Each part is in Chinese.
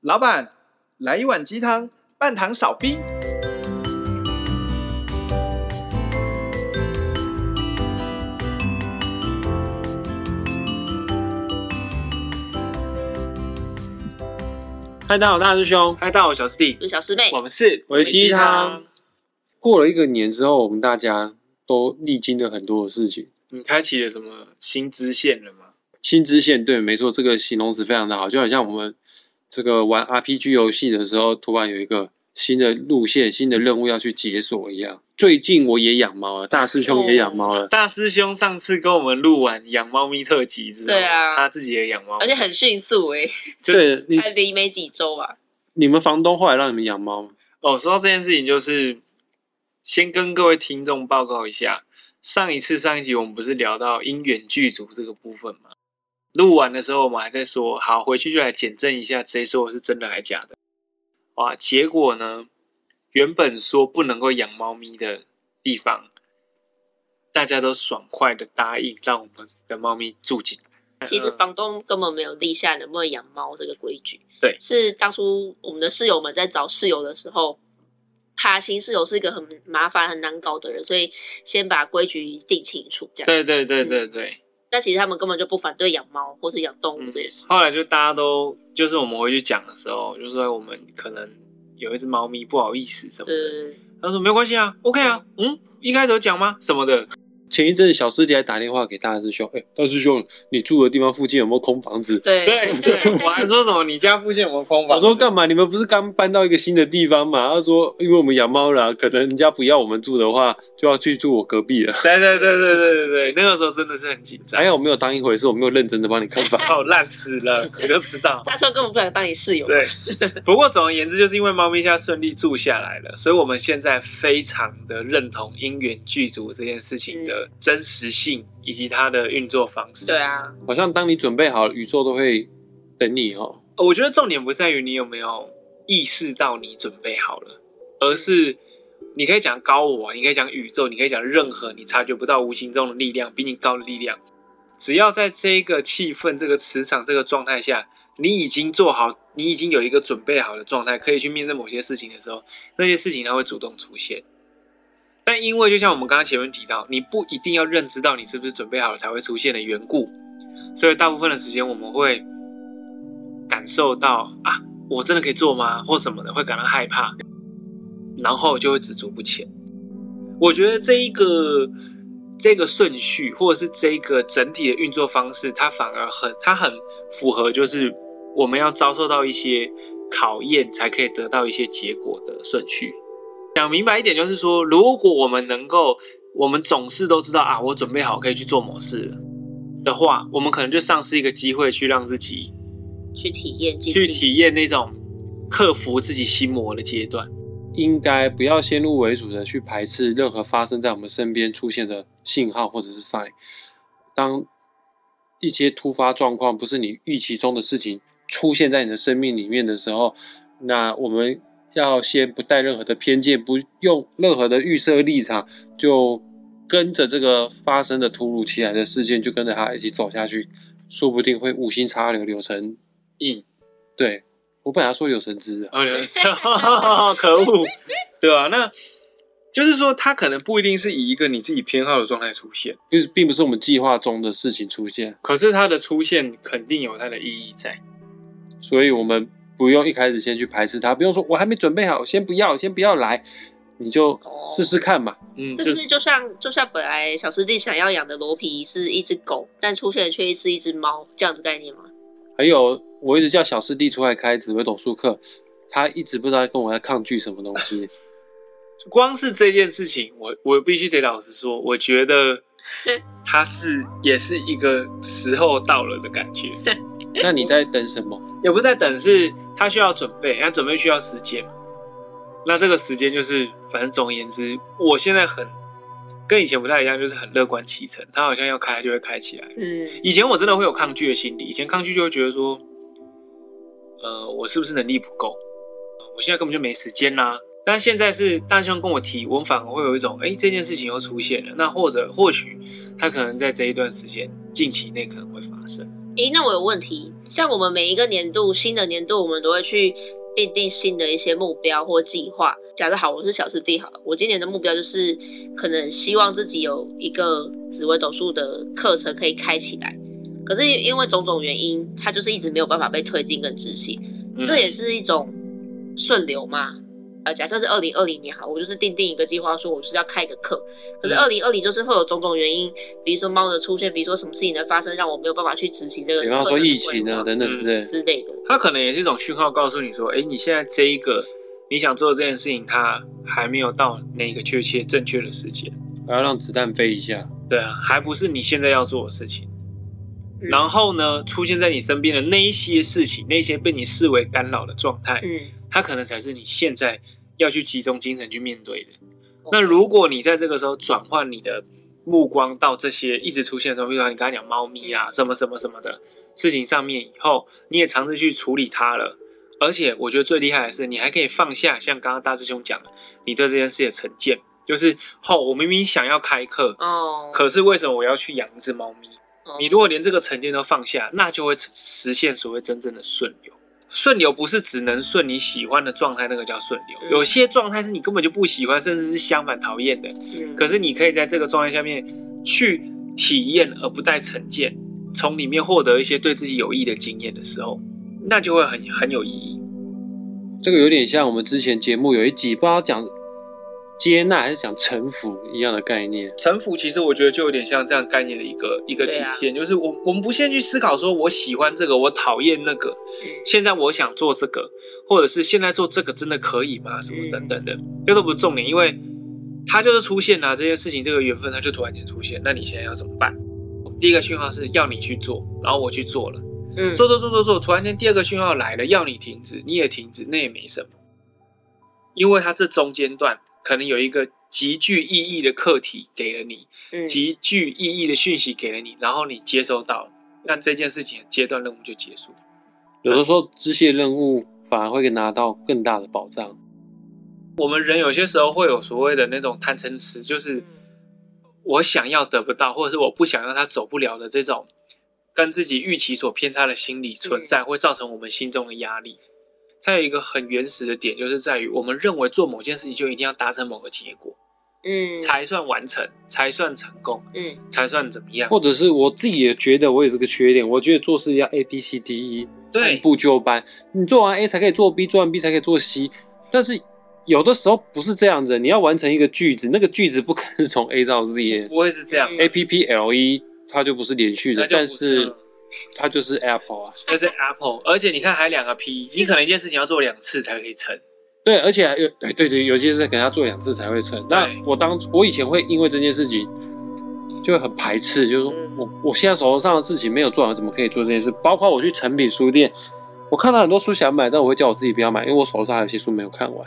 老板，来一碗鸡汤，半糖少冰。嗨，大家好，大师兄，嗨，大家好，我小师弟，是小师妹，我们是我是鸡汤。过了一个年之后，我们大家都历经了很多的事情。你开启了什么新支线了吗？新支线，对，没错，这个形容词非常的好，就好像我们这个玩 RPG 游戏的时候，突然有一个新的路线、新的任务要去解锁一样。最近我也养猫了，大师兄也养猫了，大师兄上次跟我们录完养猫咪特辑之后，对啊他自己也养猫，而且很迅速诶、对你 才离没几周啊吧。你们房东后来让你们养猫吗？哦，说到这件事情，就是先跟各位听众报告一下，上一次上一集我们不是聊到因缘剧组这个部分吗？录完的时候我们还在说，好，回去就来检证一下谁说的是真的还假的。哇，结果呢，原本说不能够养猫咪的地方，大家都爽快的答应让我们的猫咪住进来。其实房东根本没有立下能不能养猫这个规矩。对是当初我们的室友们在找室友的时候，爬行室友是一个很麻烦、很难搞的人，所以先把规矩定清楚。这样，对对对对对。但其实他们根本就不反对养猫或是养动物嗯这件事。后来就大家都，就是我们回去讲的时候，就说我们可能有一只猫咪不好意思什么对的，对对他说没关系啊，OK 啊，嗯，一开始有讲吗？什么的，前一阵小师弟还打电话给大师兄，哎、大师兄，你住的地方附近有没有空房子？对对对，我还 说什么你家附近有没有空房我子？说干嘛？你们不是刚搬到一个新的地方嘛？他说，因为我们养猫了，啊可能人家不要我们住的话，就要去住我隔壁了。对对对对对对对，那个时候真的是很紧张还，好我没有当一回事，我没有认真的帮你 看房。哦，烂死了，我就知道。大川根本不想当你室友。对，不过总而言之，就是因为猫咪现在顺利住下来了，所以我们现在非常的认同因缘剧组这件事情的真实性以及它的运作方式。对啊，好像当你准备好了，宇宙都会等你哦。呃我觉得重点不在于你有没有意识到你准备好了，而是你可以讲高我，啊你可以讲宇宙，你可以讲任何你察觉不到无形中的力量，比你高的力量。只要在这个气氛、这个磁场、这个状态下，你已经做好，你已经有一个准备好的状态，可以去面对某些事情的时候，那些事情它会主动出现。但因为就像我们刚刚前面提到，你不一定要认知到你是不是准备好了才会出现的缘故，所以大部分的时间我们会感受到啊，我真的可以做吗？或什么的，会感到害怕，然后就会止足不前。我觉得这一个这个顺序，或者是这一个整体的运作方式，它反而很它很符合，就是我们要遭受到一些考验，才可以得到一些结果的顺序。讲明白一点，就是说，如果我们能够，我们总是都知道啊，我准备好可以去做某事了的话，我们可能就丧失一个机会去让自己去体验经去历。体验那种克服自己心魔的阶段。应该不要先入为主的去排斥任何发生在我们身边出现的信号或者是 sign。当一些突发状况不是你预期中的事情出现在你的生命里面的时候，那我们要先不带任何的偏见，不用任何的预设立场，就跟着这个发生的突如其来的事件，就跟着它一起走下去，说不定会无心插柳柳成嗯，对我本来要说柳成枝啊哦，你的，们知 道 可恶，对吧、那就是说，它可能不一定是以一个你自己偏好的状态出现，就是并不是我们计划中的事情出现。可是它的出现肯定有它的意义在。所以我们不用一开始先去排斥它，不用说我还没准备好，先不要，先不要来，你就哦试试看嘛。嗯，就是不是就像就像本来小师弟想要养的罗皮是一只狗，但出现的却是一只猫，这样子概念吗？还有，我一直叫小师弟出来开紫微斗数课，他一直不知道跟我在抗拒什么东西。光是这件事情，我我必须得老实说，我觉 得它是也是一个时候到了的感觉。那你在等什么？也不是在等，是他需要准备，那准备需要时间嘛。那这个时间就是，反正总而言之，我现在很跟以前不太一样，就是很乐观其成。他好像要开就会开起来。嗯，以前我真的会有抗拒的心理，以前抗拒就会觉得说，呃，我是不是能力不够？我现在根本就没时间啦、但现在是大兄跟我提，我反而会有一种，哎、这件事情又出现了。那或者或许他可能在这一段时间近期内可能会发生。哎、诶，那我有问题，像我们每一个年度新的年度，我们都会去定定新的一些目标或计划。假设好，我是小师弟好了，我今年的目标就是可能希望自己有一个紫微斗数的课程可以开起来。可是因为种种原因，它就是一直没有办法被推进跟执行，嗯这也是一种顺流嘛。呃，假设是二零二零年好，我就是定定一个计划，说我就是要开一个课。可是嗯二零二零就是会有种种原因，比如说猫的出现，比如说什么事情的发生，让我没有办法去执行这个比课程的方规划。说疫情啊等等之类的。之类的。它可能也是一种讯号，告诉你说，哎，你现在这一个你想做的这件事情，它还没有到那个确切正确的时间。还要让子弹飞一下，对啊，还不是你现在要做的事情。嗯然后呢，出现在你身边的那一些事情，那些被你视为干扰的状态，嗯，它可能才是你现在要去集中精神去面对的。 OK 那如果你在这个时候转换你的目光到这些一直出现的时候，比如说你刚才讲猫咪嗯啊，什么什么什么的事情上面以后，你也尝试去处理它了。而且我觉得最厉害的是，你还可以放下，像刚刚大师兄讲的，你对这件事的成见，就是哦，我明明想要开课，哦，可是为什么我要去养一只猫咪？哦你如果连这个成见都放下，那就会实现所谓真正的顺流。顺流不是只能顺你喜欢的状态，那个叫顺流。嗯有些状态是你根本就不喜欢，甚至是相反讨厌的。嗯可是你可以在这个状态下面去体验，而不带成见，从里面获得一些对自己有益的经验的时候，那就会很很有意义。这个有点像我们之前节目有一集不知道讲接纳还是讲臣服一样的概念。臣服其实我觉得就有点像这样概念的一个一个体对啊现，就是我我们不先去思考说我喜欢这个，我讨厌那个，现在我想做这个，或者是现在做这个真的可以吗？什么等等的，这都不是重点，因为它就是出现了、啊这件事情，这个缘分它就突然间出现，那你现在要怎么办？第一个讯号是要你去做，然后我去做了，嗯，做做做做做，突然间第二个讯号来了，要你停止，你也停止，那也没什么，因为它这中间段可能有一个极具意义的课题给了你，嗯极具意义的讯息给了你，然后你接收到了，那这件事情的阶段任务就结束。有的时候支线任务反而会拿到更大的保障。我们人有些时候会有所谓的那种贪嗔痴，就是我想要得不到，或者是我不想要他走不了的这种跟自己预期所偏差的心理存在，会造成我们心中的压力。它有一个很原始的点，就是在于我们认为做某件事情就一定要达成某个结果，嗯才算完成，才算成功，嗯才算怎么样。或者是我自己也觉得我有这个缺点，我觉得做事要 A B C D E，按对，部就班，你做完 A 才可以做 B，做完 B 才可以做 C，但是。有的时候不是这样子，你要完成一个句子，那个句子不可能是从 A 到 Z 的不会是这样， ，A P P L E 它就不是连续那的，就但不是是了它就是 Apple 啊。就是 Apple，而且你看还两个 P，你可能一件事情要做两次才可以成。对，而且还有哎对对，有些是可能要做两次才会成。那我当我以前会因为这件事情就会很排斥，就是说嗯我我现在手头上的事情没有做完，怎么可以做这件事？包括我去诚品书店，我看到很多书想买，但我会叫我自己不要买，因为我手上还有些书没有看完。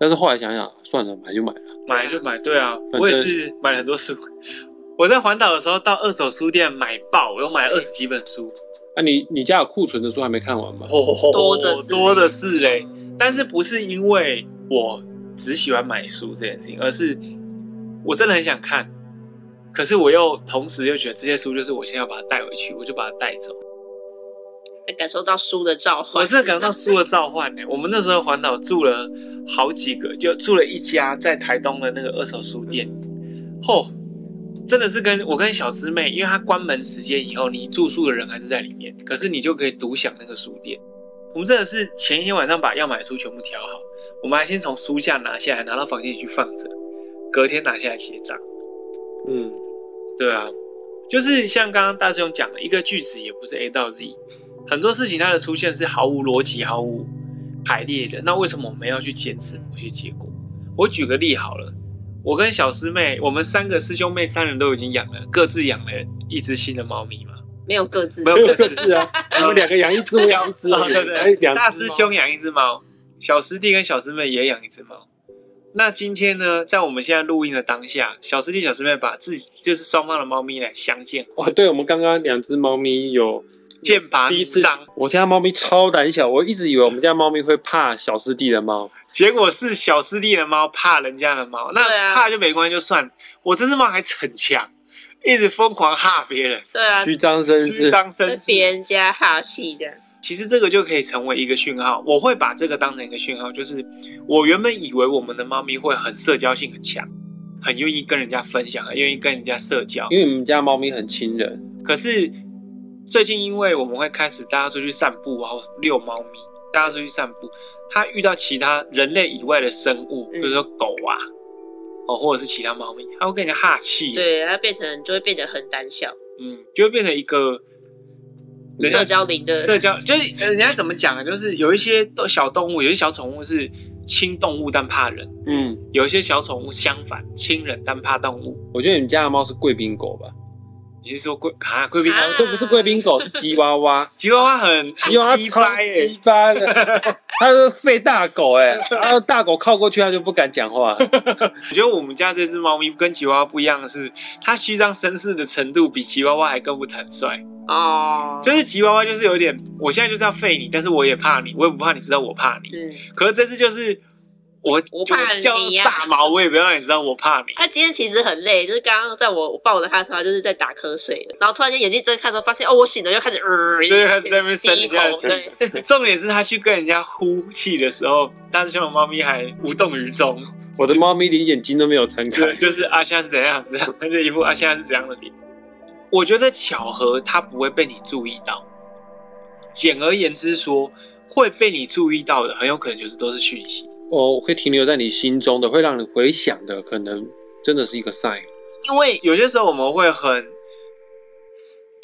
但是后来想想，算了，买就买了。买就买，对啊，反正我也是买了很多书。我在环岛的时候到二手书店买爆，我有买二十几本书，那、啊你你家有库存的书还没看完吗？哦多着是多的是嘞。但是不是因为我只喜欢买书这件事情，而是我真的很想看，可是我又同时又觉得这些书就是我现在要把它带回去，我就把它带走。感受到书的召我唤，真的感到书的召唤呢、我们那时候环岛住了好几个，就住了一家在台东的那个二手书店。哦，真的是跟我跟小师妹，因为她关门时间以后，你住宿的人还是在里面，可是你就可以独享那个书店。我们真的是前一天晚上把要买的书全部挑好，我们还先从书架拿下来，拿到房间里去放着，隔天拿下来结账。嗯， 对啊，就是像刚刚大师兄讲的，一个句子也不是 A 到 Z，很多事情它的出现是毫无逻辑、毫无排列的。那为什么我们要去坚持某些结果？我举个例好了，我跟小师妹，我们三个师兄妹三人都已经养了，各自养了一只新的猫咪嘛， 没有各自没有有各各自自 啊，我们两个养一只，我养一只，哦对养一对两只大师兄养一只猫，小师弟跟小师妹也养一只猫。那今天呢，在我们现在录音的当下，小师弟、小师妹把自己就是双方的猫咪来相见，哦，对，我们刚刚两只猫咪有剑拔第弩一次张。，我家猫咪超胆小，我一直以为我们家猫咪会怕小师弟的猫，结果是小师弟的猫怕人家的猫，对那啊怕就没关系就算。我这只猫还逞强，一直疯狂哈别人，对啊，虚张声虚势，张声跟别势。人家哈气这样，其实这个就可以成为一个讯号，我会把这个当成一个讯号，就是我原本以为我们的猫咪会很社交性很强，很愿意跟人家分享，很愿意跟人家社交。因为我们家猫咪很亲人，可是最近因为我们会开始大家出去散步啊，或遛猫咪，大家出去散步，它遇到其他人类以外的生物，比嗯如说狗啊，哦，或者是其他猫咪，它会跟人家哈气，啊对，它变成就会变得很胆小，嗯，就会变成一个人家社交零社的，交，就是呃人家怎么讲啊？就是有一些动小动物，有一些小宠物是亲动物但怕人，嗯，有一些小宠物相反，亲人但怕动物。我觉得你们家的猫是贵宾狗吧？你是说贵啊？贵宾啊猫这不是贵宾狗，是吉娃 娃，吉娃娃很吉娃娃很鸡超掰欸耶鸡，巴的， 它是废大狗哎，然后大狗靠过去它就不敢讲话，我觉得我们家这只猫咪跟吉娃娃不一样的是，它虚张声势的程度比吉娃娃还更不坦率。哦，就是吉娃娃就是有点，我现在就是要废你，但是我也怕你，我也不怕你知道我怕你。嗯，可是这次就是我，我怕你就叫呀大毛，我也不要让你知道我怕你。他今天其实很累，就是刚刚在我抱着他的时候，他就是在打瞌睡了，然后突然间眼睛睁开的时候，发现哦，我醒了，又开始呃，对开始在那边生低人家的吼气对， 重点是它去跟人家呼气的时候，大只熊的猫咪还无动于衷，我的猫咪连眼睛都没有睁开对，，就是啊，现在是怎样 这样，它就一副啊现在是怎样的脸。我觉得巧合它不会被你注意到。简而言之说，会被你注意到的，很有可能就是都是讯息。哦，会停留在你心中的，会让你回想的，可能真的是一个 sign。因为有些时候我们会很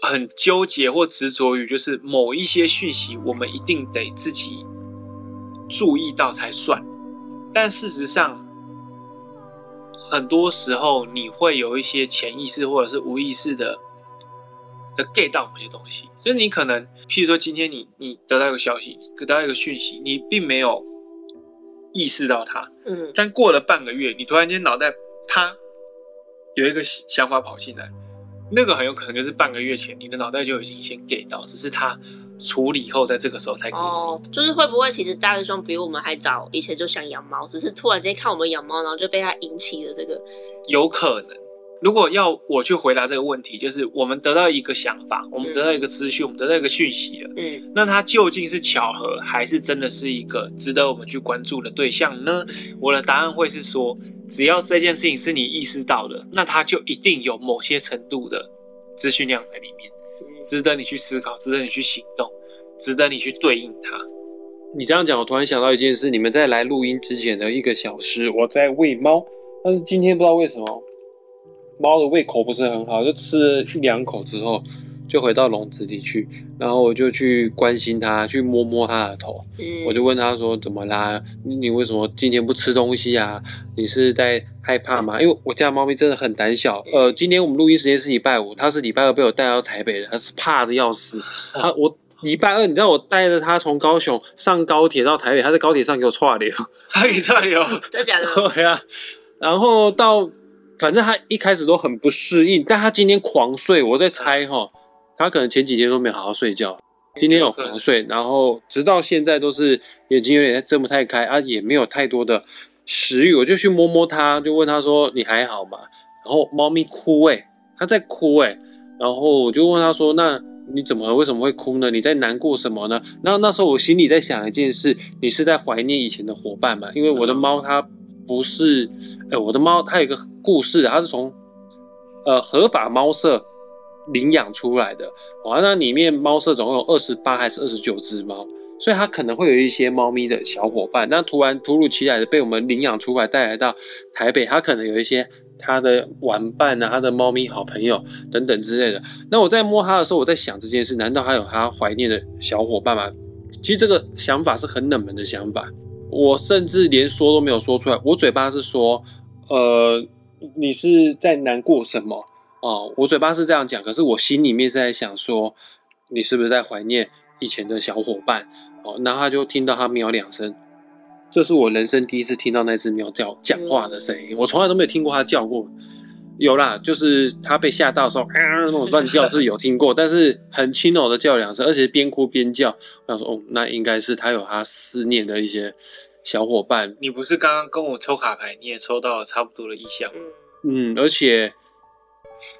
很纠结或执着于，就是某一些讯息，我们一定得自己注意到才算。但事实上，很多时候你会有一些潜意识或者是无意识的的 get 到某些东西，就是你可能，譬如说今天你你得到一个消息，得到一个讯息，你并没有意识到它，嗯，但过了半个月，你突然间脑袋啪有一个想法跑进来，那个很有可能就是半个月前你的脑袋就已经先给到，只是它处理后在这个时候才给你。哦，就是会不会其实大师兄比我们还早，以前就想养猫，只是突然间看我们养猫，然后就被他引起了这个，有可能，如果要我去回答这个问题，就是我们得到一个想法，我们嗯得到一个资讯，我们得到一个讯息了，嗯，那它究竟是巧合，还是真的是一个值得我们去关注的对象呢？我的答案会是说，只要这件事情是你意识到的，那它就一定有某些程度的资讯量在里面，嗯值得你去思考，值得你去行动，值得你去对应它。你这样讲，我突然想到一件事：你们在来录音之前的一个小时，我在喂猫，但是今天不知道为什么，猫的胃口不是很好，就吃了一两口之后，就回到笼子里去，然后我就去关心它，去摸摸它的头，嗯，我就问它说：“怎么啦？你你为什么今天不吃东西啊？你是在害怕吗？”因为我家的猫咪真的很胆小，呃，今天我们录音时间是礼拜五，它是礼拜二被我带到台北的，它是怕的要死，啊，我礼拜二，你知道我带着他从高雄上高铁到台北，他在高铁上给我串流，还可以这里哦，真的假的？ 对呀、然后到反正他一开始都很不适应，但他今天狂睡，我在猜哈，他可能前几天都没有好好睡觉，今天有狂睡，然后直到现在都是眼睛有点睁不太开啊，也没有太多的食欲，我就去摸摸它，就问它说你还好吗？然后猫咪哭哎、它在哭哎、然后我就问它说那。你怎么为什么会哭呢？你在难过什么呢？然后那时候我心里在想一件事，你是在怀念以前的伙伴嘛？因为我的猫它不是，哎、我的猫它有一个故事，它是从呃合法猫舍领养出来的，哦，那里面猫舍总共有二十八还是二十九只猫，所以它可能会有一些猫咪的小伙伴。那突然突如其来的被我们领养出来，带来到台北，它可能有一些它的玩伴啊，它的猫咪好朋友等等之类的。那我在摸它的时候，我在想这件事，难道还有它怀念的小伙伴吗？其实这个想法是很冷门的想法，我甚至连说都没有说出来，我嘴巴是说，呃，你是在难过什么？哦，我嘴巴是这样讲，可是我心里面是在想说，你是不是在怀念以前的小伙伴？哦，然后他就听到他喵两声，这是我人生第一次听到那只喵叫讲话的声音，我从来都没有听过它叫过。有啦，就是它被吓到的时候，啊、那种乱叫是有听过，但是很轻柔的叫两声，而且边哭边叫。我想说，哦，那应该是它有它思念的一些小伙伴， 你不是刚刚跟我抽卡牌，你也抽到了差不多的意向吗，嗯，嗯，而且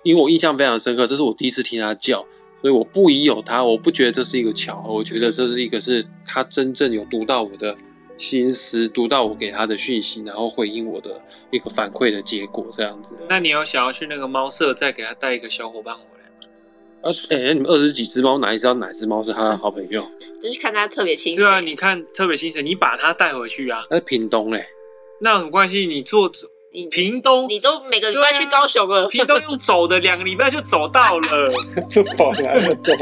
因为我印象非常深刻，这是我第一次听他叫，所以我不疑有他，我不觉得这是一个巧合，我觉得这是一个是他真正有读到我的心思，读到我给他的讯息，然后回应我的一个反馈的结果这样子。那你有想要去那个猫舍再给他带一个小伙伴回来吗？而且、哎你们二十几只猫，哪一只知道哪只猫是他的好朋友？就是看他特别清楚。对啊，你看特别清楚，你把它带回去啊，那是屏东嘞、那有什么关系？你坐你屏东，你都每个礼拜啊去高雄 了，屏东用走的，两个礼拜就走到了。 就跑来了，走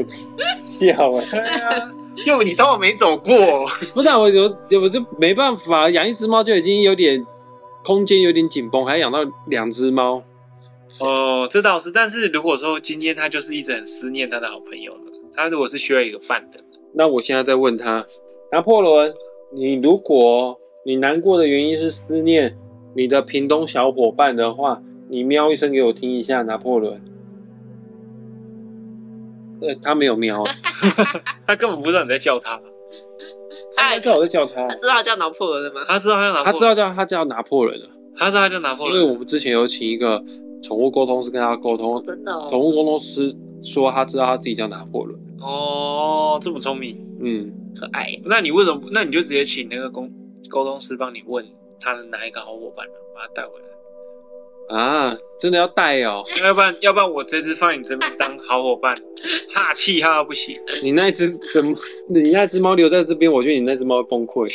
笑哎、对啊，又你当我没走过？ 不是、啊、我我我就没办法，养一只猫就已经有点空间有点紧绷，还养到两只猫，哦，这倒是。但是如果说今天他就是一直很思念他的好朋友呢，他如果是需要一个伴的，那我现在在问他，拿破仑，你如果你难过的原因是思念你的屏东小伙伴的话，你喵一声给我听一下，拿破仑。呃，他没有喵，他根本不知道你在叫他。他他还知道我在叫他他，知道他叫脑破了的吗？ 他知道他要拿，他知，道叫他叫拿破仑了，他知道他就拿破因为仑。我们之前有请一个宠物沟通师跟他沟通，真的宠哦，物沟通师说他知道他自己叫拿破仑。哦，这么聪明，嗯，可爱。 那你为什么不？那你就直接请那个沟沟通师帮你问他的哪一个好伙伴，把他带回来。啊，真的要带哦！要不然，要不然我这次放你这边当好伙伴， 哈气哈到不行。你那一只怎么？你那只猫留在这边，我觉得你那只猫会崩溃。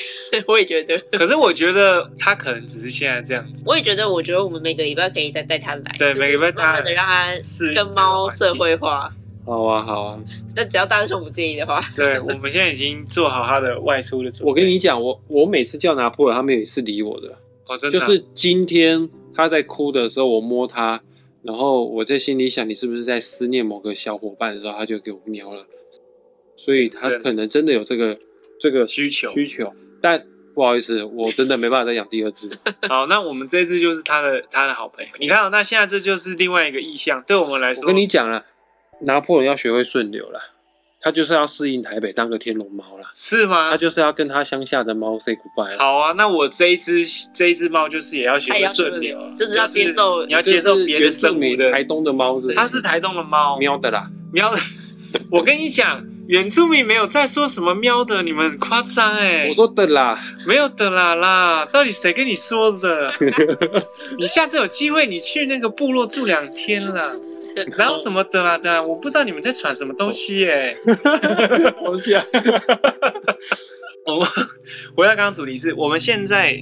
我也觉得，可是我觉得他可能只是现在这样子，我也觉得，我觉得我们每个礼拜可以再带他来，对就是每个礼拜带他来慢慢的让他是跟猫社 会化。好啊，好啊，那只要大师兄不介意的话， 这个环境。对，我们现在已经做好他的外出的准备。我跟你讲，我我每次叫拿破仑，他没有一次理我的。哦，真就的啊、是今天他在哭的时候，我摸他，然后我在心里想，你是不是在思念某个小伙伴的时候，他就给我瞄了。所以他是可能真的有这个这个需求。需求，但不好意思，我真的没办法再养第二只。啊好，那我们这次就是他的他的好朋友。你看、哦，那现在这就是另外一个意向，对我们来说，我跟你讲了，拿破仑要学会顺流了，他就是要适应台北当个天龙猫啦，是吗他？就是要跟他乡下的猫 say goodbye 啊了。好啊，那我这一只这一只猫就是也要学他也会要顺顺流流啊，就是要接受你要接受别的生物的的。台东的猫子，它是台东的猫，喵的啦，喵的。 我跟你讲，原住民没有在说什么喵的，你们很夸张哎。我说的啦，没有的啦啦，到底谁跟你说的？ 你下次有机会，你去那个部落住两天 啦。然后什么的啦的啦，我不知道你们在传什么东西耶、哎我想 我回到刚刚主题是，我们现在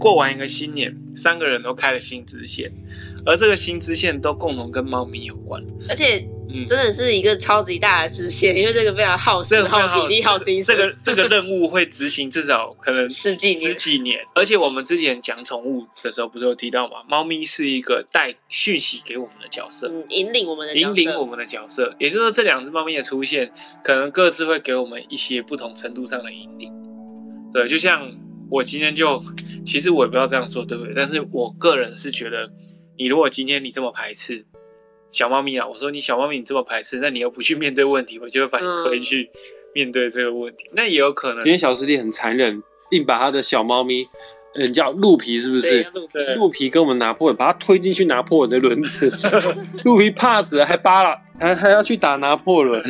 过完一个新年，三个人都开了新支线，而这个新支线都共同跟猫咪有关。而且嗯，真的是一个超级大的支线，因为这个非常耗这时、个耗体力、耗精这神。个这个任务会执行至少可能十几十年，几年，而且我们之前讲宠物的时候，不是有提到吗？猫咪是一个带讯息给我们的角色，嗯，引领我们的角引色领我们的角色。也就是说，这两只猫咪的出现，可能各自会给我们一些不同程度上的引领。对，就像我今天就，其实我也不知道这样说对不对，但是我个人是觉得，你如果今天你这么排斥小猫咪啊，我说你小猫咪你这么排斥，那你又不去面对问题，我就会把你嗯推去面对这个问题。那也有可能今，天小师弟很残忍，硬把他的小猫咪，人叫鹿皮是不对是？要录对鹿皮跟我们拿破仑，把他推进去拿破仑的轮子， 鹿皮怕死了，还扒了，还还要去打拿破仑。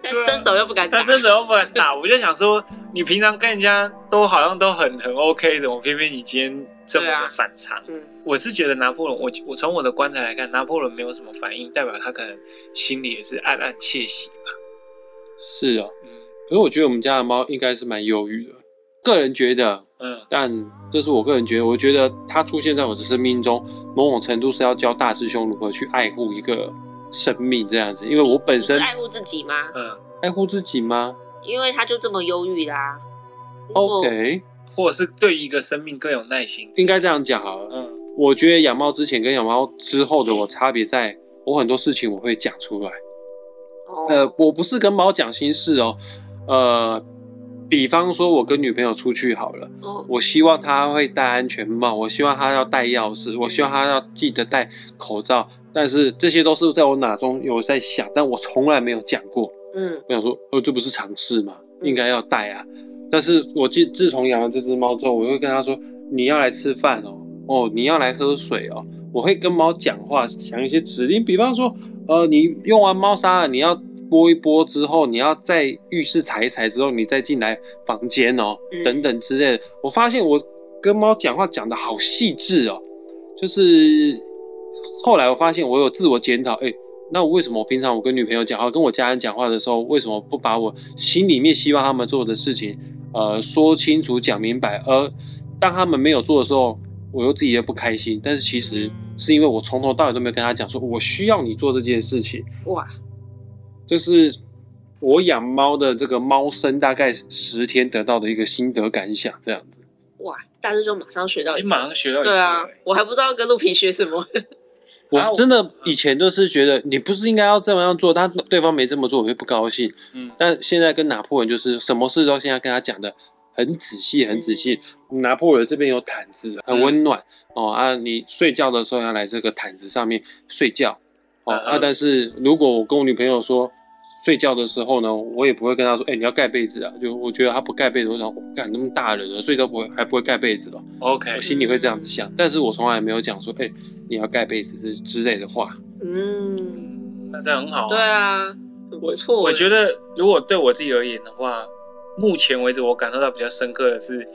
但伸手又不敢打但，真的又不能打，我就想说，你平常跟人家都好像都很很 OK，怎么偏偏你今天这么对啊的反常？嗯，我是觉得拿破仑，我我从我的观察来看，拿破仑没有什么反应，代表他可能心里也是暗暗窃喜吧。是啊，嗯可是我觉得我们家的猫应该是蛮忧郁的，个人觉得，嗯，但这是我个人觉得，我觉得它出现在我的生命中，某种程度是要教大师兄如何去爱护一个生命这样子，因为我本不是身爱护自己吗？嗯，爱护自己吗因为他就这么忧郁啦。如果？OK，或者是对一个生命更有耐心。应该这样讲好了。嗯，我觉得养猫之前跟养猫之后的我差别在，我很多事情我会讲出来。哦呃，我不是跟猫讲心事哦，呃，比方说我跟女朋友出去好了，哦我希望她会戴安全帽，我希望她要带钥匙，我希望她要记得戴口罩，但是这些都是在我脑中有在想，但我从来没有讲过。嗯，我想说，哦，这不是常事嘛，嗯应该要带啊。但是我自自从养了这只猫之后，我会跟它说，你要来吃饭哦，哦，你要来喝水哦，我会跟猫讲话，讲一些指令，比方说，呃，你用完猫砂了，你要拨一拨之后，你要在浴室踩一踩之后，你再进来房间哦，嗯等等之类的。我发现我跟猫讲话讲的好细致哦，就是后来我发现我有自我检讨，哎、那我为什么我平常我跟女朋友讲话，跟我家人讲话的时候，为什么不把我心里面希望他们做的事情，呃，说清楚、讲明白？而当他们没有做的时候，我又自己也不开心。但是其实是因为我从头到尾都没有跟他讲，说我需要你做这件事情。哇，就是我养猫的这个猫生大概十天得到的一个心得感想，这样子。哇，大师兄马上学到你一马上课。学到一个对啊欸，我还不知道跟鹿皮学什么。我啊我真的以前就是觉得你不是应该要这么样做，他对方没这么做，我会不高兴。嗯，但现在跟拿破仑就是什么事都现在跟他讲的很仔细，很仔细。嗯拿破仑这边有毯子，很温暖、哦啊！你睡觉的时候要来这个毯子上面睡觉哦、嗯嗯啊！但是如果我跟我女朋友说睡觉的时候呢，我也不会跟她说，哎、你要盖被子啊！就我觉得她不盖被子，我想，我哦干那么大人了，睡都不会还不会盖被子哦， OK，我心里会这样嗯想。但是我从来没有讲说，哎、你要盖被子之之类的话。嗯，那这样很好、啊。对啊，很不错欸。我觉得如果对我自己而言的话，目前为止我感受到比较深刻的是，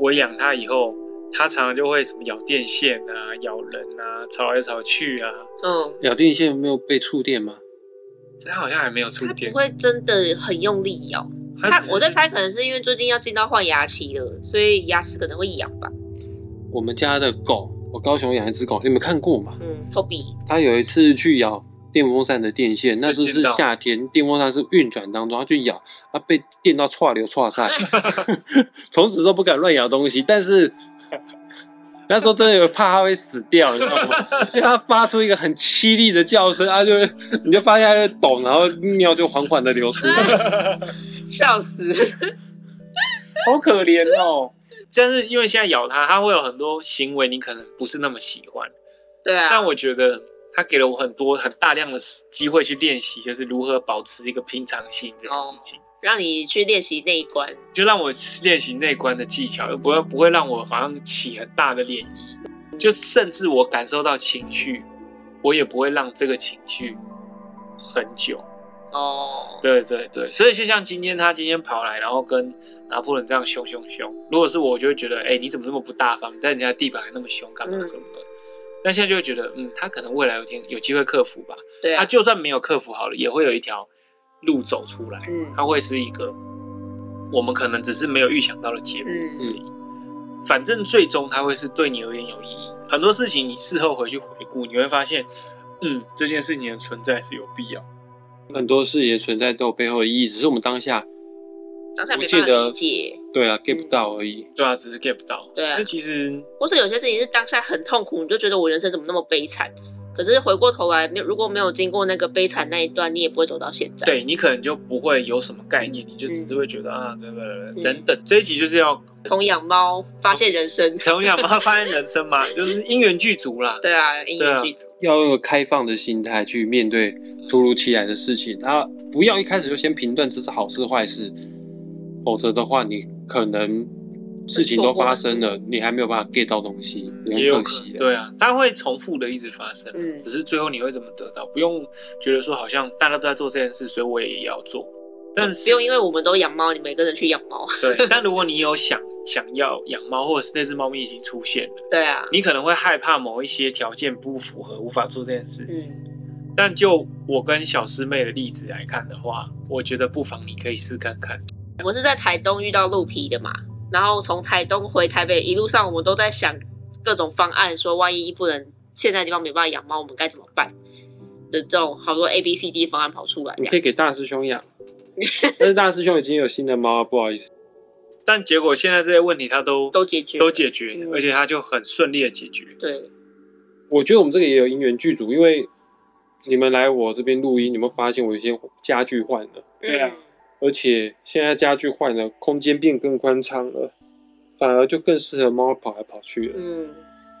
我养它以后，它常常就会什么咬电线啊、咬人啊、吵来吵去啊。嗯，咬定线没有被触电吗？它好像还没有触他电不，会真的很用力咬。它他只啊是我在猜，可能是因为最近要进到换牙期了，所以牙齿可能会痒吧。我们家的狗，我高雄养一只狗，你们看过吗？嗯，Toby，它有一次去咬电风扇的电线，那时候电是到夏天，电风扇是运转当中，它去咬，它被电到岔流岔散，从此都不敢乱咬东西。但是那时候真的有怕它会死掉，你知道吗？因为它发出一个很凄厉的叫声，它就会你就发现它在抖，然后尿就缓缓的流出来。笑死。好可怜哦。 但是因为现在咬它，它会有很多行为你可能不是那么喜欢，对啊，但我觉得它给了我很多很大量的机会去练习，就是如何保持一个平常心这件事情。让你去练习那一关。就让我练习内观的技巧，而不会不会让我好像起很大的涟漪，就甚至我感受到情绪，我也不会让这个情绪很久。哦，对对对，所以就像今天他今天跑来，然后跟拿破仑这样凶凶凶，如果是我，我就会觉得，哎、你怎么那么不大方？你在人家地板还那么凶，干嘛嗯什么的？但现在就会觉得，嗯，他可能未来有天有机会克服吧。对他啊，就算没有克服好了，也会有一条路走出来。嗯它会是一个我们可能只是没有预想到的结果而嗯已。反正最终它会是对你而言有意义。很多事情你事后回去回顾，你会发现，嗯，这件事情的存在是有必要。很多事也存在都有背后的意义，只是我们当下当下没我记办法得理解，对啊 get 不到而已。对啊，只是 get 不到。对啊那其实或是有些事情是当下很痛苦，你就觉得我人生怎么那么悲惨。可是回过头来，没有如果没有经过那个悲惨那一段，你也不会走到现在。对你可能就不会有什么概念，你就只是会觉得、啊，对对对对，嗯等等。这一集就是要 从养猫发现人生， 从小慢慢发现人生嘛，就是因缘具足啦。对啊，音对啊乐剧组，要用一个开放的心态去面对突如其来的事情，啊，不要一开始就先评断这是好事坏事，否则的话，你可能事情都发生了，你还没有办法 get 到东西，也也有很可可惜能，了。对啊，它会重复的一直发生，啊嗯只是最后你会怎么得到，不用觉得说好像大家都在做这件事，所以我也要做。但哦不是用因为我们都养猫，你们也跟着去养猫。 对，但如果你有想想要养猫，或者是那只猫咪已经出现了，对啊，你可能会害怕某一些条件不符合，无法做这件事。嗯，但就我跟小师妹的例子来看的话，我觉得不妨你可以试看看。我是在台东遇到鹿皮的嘛，然后从台东回台北，一路上我们都在想各种方案，说万一不能现在地方没办法养猫，我们该怎么办？的这种好多 A B C D 方案跑出来，这你样可以给大师兄养，但是大师兄已经有新的猫，不好意思。但结果现在这些问题他都都解决了，都解决，嗯而且他就很顺利的解决。对，我觉得我们这个也有因缘剧组，因为你们来我这边录音，你们发现我有些家具换了，对啊嗯，而且现在家具换了，空间变更宽敞了，反而就更适合猫跑来跑去了。嗯，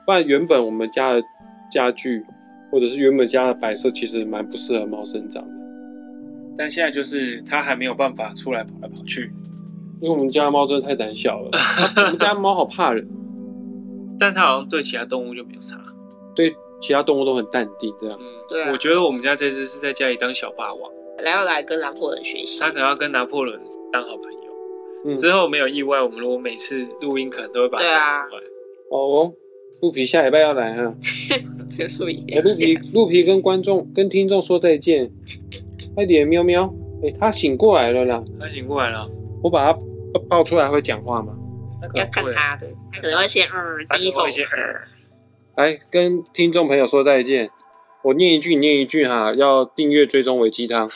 不然原本我们家的家具，或者是原本家的摆设，其实蛮不适合猫生长的，但现在就是他还没有办法出来跑来跑去，因为我们家的猫真的太胆小 了，我们家猫好怕人。但他好像对其他动物就没有差。其他动物都很淡定这样。嗯，对啊我觉得我们家这只是在家里当小霸王，来要来跟拿破仑学习它。可能要跟拿破仑当好朋友。嗯，之后没有意外，我们如果每次录音可能都会把它对啊带出来。哦哦，鹿皮下礼拜要来哈。所以哎，鹿 皮鹿皮跟观众跟听众说再见，快点喵喵。哎，他醒过来了啦，他醒过来了，我把他抱出来会讲话吗？它可要能看会，他的，他可能会先嗯它可低能头会，先呃来跟听众朋友说再见，我念一句你念一句哈，要订阅追踪维鸡 汤，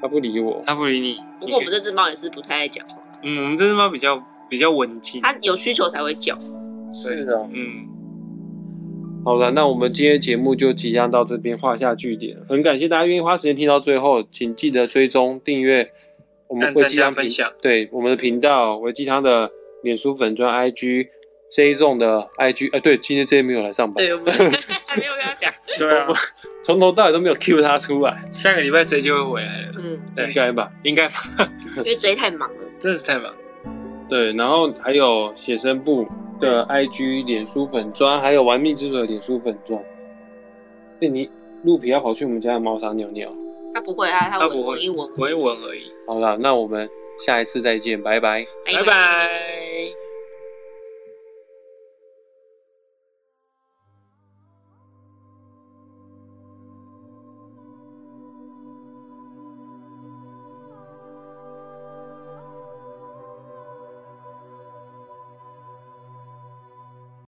他不理我。它不理你。不过我你们可以这只猫也是不太爱讲话，嗯，我们这只猫比较比较文静。它有需求才会叫。对的，嗯，好了，那我们今天节目就即将到这边画下句点。很感谢大家愿意花时间听到最后，请记得追踪订阅我们按会赞鸡汤加频分享，对我们的频道维鸡汤的脸书粉专 IG J 众的 IG，哎、对，今天 J 没有来上班，对，我们 还没有跟他讲。对啊，从头到尾都没有 Q 他出来， 下个礼拜谁就会回来了，嗯，对应该吧？应该吧？因为追太忙了。真的是太忙了，对，然后还有写生部的 IG 脸书粉砖，还有玩命之主的脸书粉砖。哎、你鹿皮要跑去我们家的猫砂尿尿。它不会，啊它它它闻不会闻一闻，闻一闻而已。好了，那我们下一次再见，拜拜。拜拜。